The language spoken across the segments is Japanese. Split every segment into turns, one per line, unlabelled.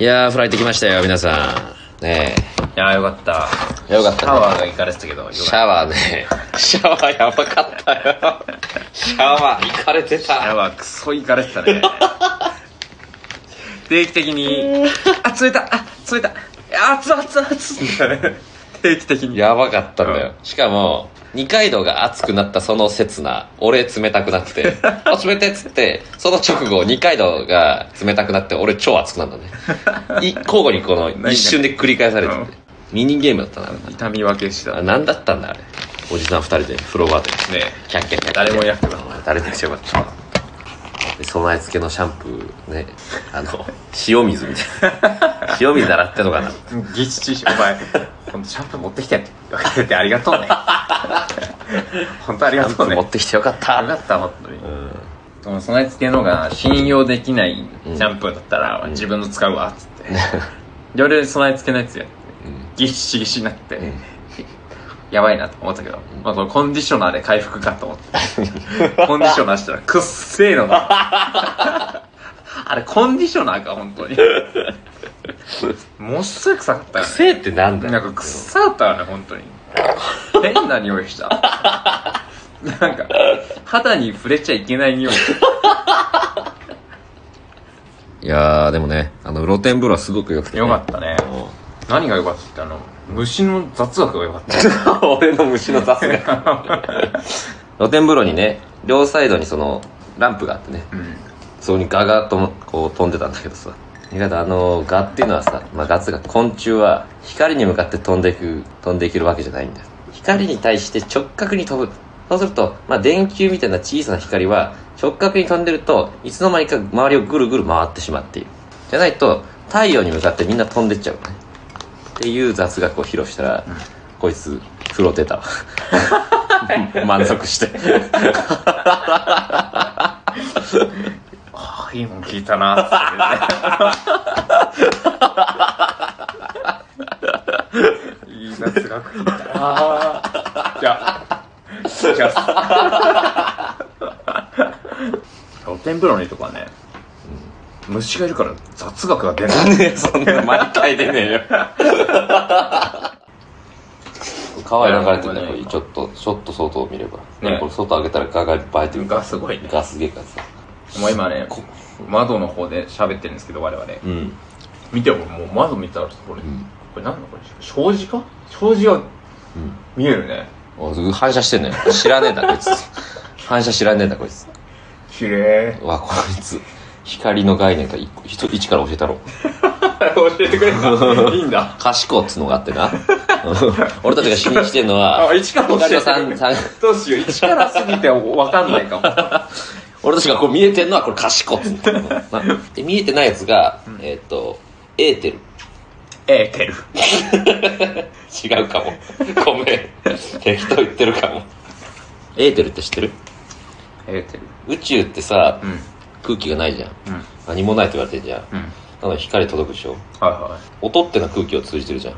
いやー、フライト来ましたよ、皆さん。ね
いやーよかった
え。よかった
シ
ね
ャワーが行かれてたけどよかっ
シ
た
ャワーね。 シャワーやばかったよ。シャワー、行かれて
シャ
た。
ワークソ行かれてた ね定期的に「あ冷たあ冷たあ熱熱熱」みたいな定期的に
やばかったんだよ。しかも、二階堂が熱くなったその刹那、俺冷たくな って、あ、冷てっつって、その直後、二階堂が冷たくなって、俺超熱くなったね。い交互にこの一瞬で繰り返されてて
うん。
ミニゲームだったな、あれ
痛み分けした
あ
ね
何だったんだあれおじさん二人で風呂場でキャッキャッキャッキャッ
誰もいなくて
お前誰でもよかった備え付けのシャンプーねあの塩水みたいな 塩水洗ってとかな
ギチチしお前今度シャンプー持ってきてって言われてありがとう ね本当ありがとうね
持ってきてよかっ
ありが
た
とう本当に
うん
その備え付けのが信用できないシ
うん
ャンプーだったら、
ん
自分の使うわっつ って夜備え付けのやつやって
うん
ぎっしぎしになって、
うん
やばいなと思ったけど、まあ、そのコンディショナーで回復かと思って コンディショナーしたらくっせえのなあれコンディショナーか本当にもっすぐ臭かったよ
癖ってなんだ
ね
よ
なんか臭かったよね本当に変な匂いした なんか肌に触れちゃいけない匂い
いやーでもねあの露天風呂はすごくよくて、
よかったね何が良かったってあの虫の雑学が良かった
た 俺の虫の雑が露天風呂にね両サイドにそのランプがあってね
うん
そこにガガッともこう飛んでたんだけどさ意外とあのガっていうのはさ、まあ、ガツが昆虫は光に向かって飛んでいく飛んでいけるわけじゃないんだよ光に対して直角に飛ぶそうすると、まあ、電球みたいな小さな光は直角に飛んでるといつの間にか周りをぐるぐる回ってしまっているじゃないと太陽に向かってみんな飛んでっちゃうのねっていう雑学を披露したら、こいつ風呂出たわ満足して
ああいいもん聞いたなっつってねいい雑学聞いたなじゃあ失礼します露天風呂のいいとこはね、虫がいるから雑学が出ない
ねそんな毎回でねえよ川流れてるねこれちょっとちょっと外を見れば、
ね
これ外上げたらガがいっぱい入ってくる
がすごいね
ガスゲーがさ
もう今ね
こ
窓の方で喋ってるんですけど我々
うん
見てももう窓見たらこれ、
ん
これ何だこれ障子か障子が見えるね
お反射してんのよ知らねえんだこいつ 反射知らねえんだこいつ
綺麗
うわこいつ光の概念から一個一一から教えたろ
教えてくれる かいいんだ
賢っつうのがあってな俺たちが死にしてんのは
あ一から教え
光
て
の三三
どうしよう一からすぎて分かんないかも
俺たちがこう見えてんのはこれ賢っつってんのなで見えてないやつが、えーっとエーテル
エーテル
違うかもごめん適当言ってるかもエーテルって知ってる
エーテル
宇宙ってさ、
うん
空気がないじゃん
うん
何もないと言われてんじゃん
うん
なのに光届くでしょ
はいはい
音ってのは空気を通じてるじゃん、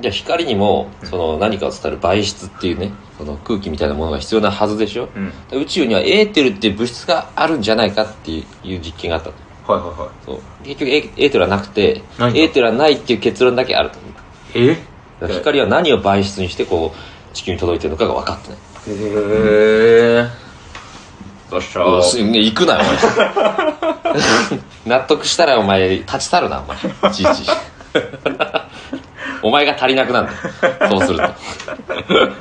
じゃあ光にもその何かを伝える媒質っていうねその空気みたいなものが必要なはずでしょ、
うんはい
宇宙にはエーテルっていう物質があるんじゃないかっていう実験があったの
はいは
そう結局エーエーテルはなくて
ないんだ
エーテルはないっていう結論だけあると
いえ
光は何を媒質にしてこう地球に届いてるのかが分かってない
へえどうし
う
よ
わすね行くなよお前 納得したらお前立ち去るなお前い ちいちお前が足りなくなるんだよそうすると
う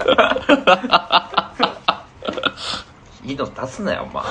井戸出すなよお前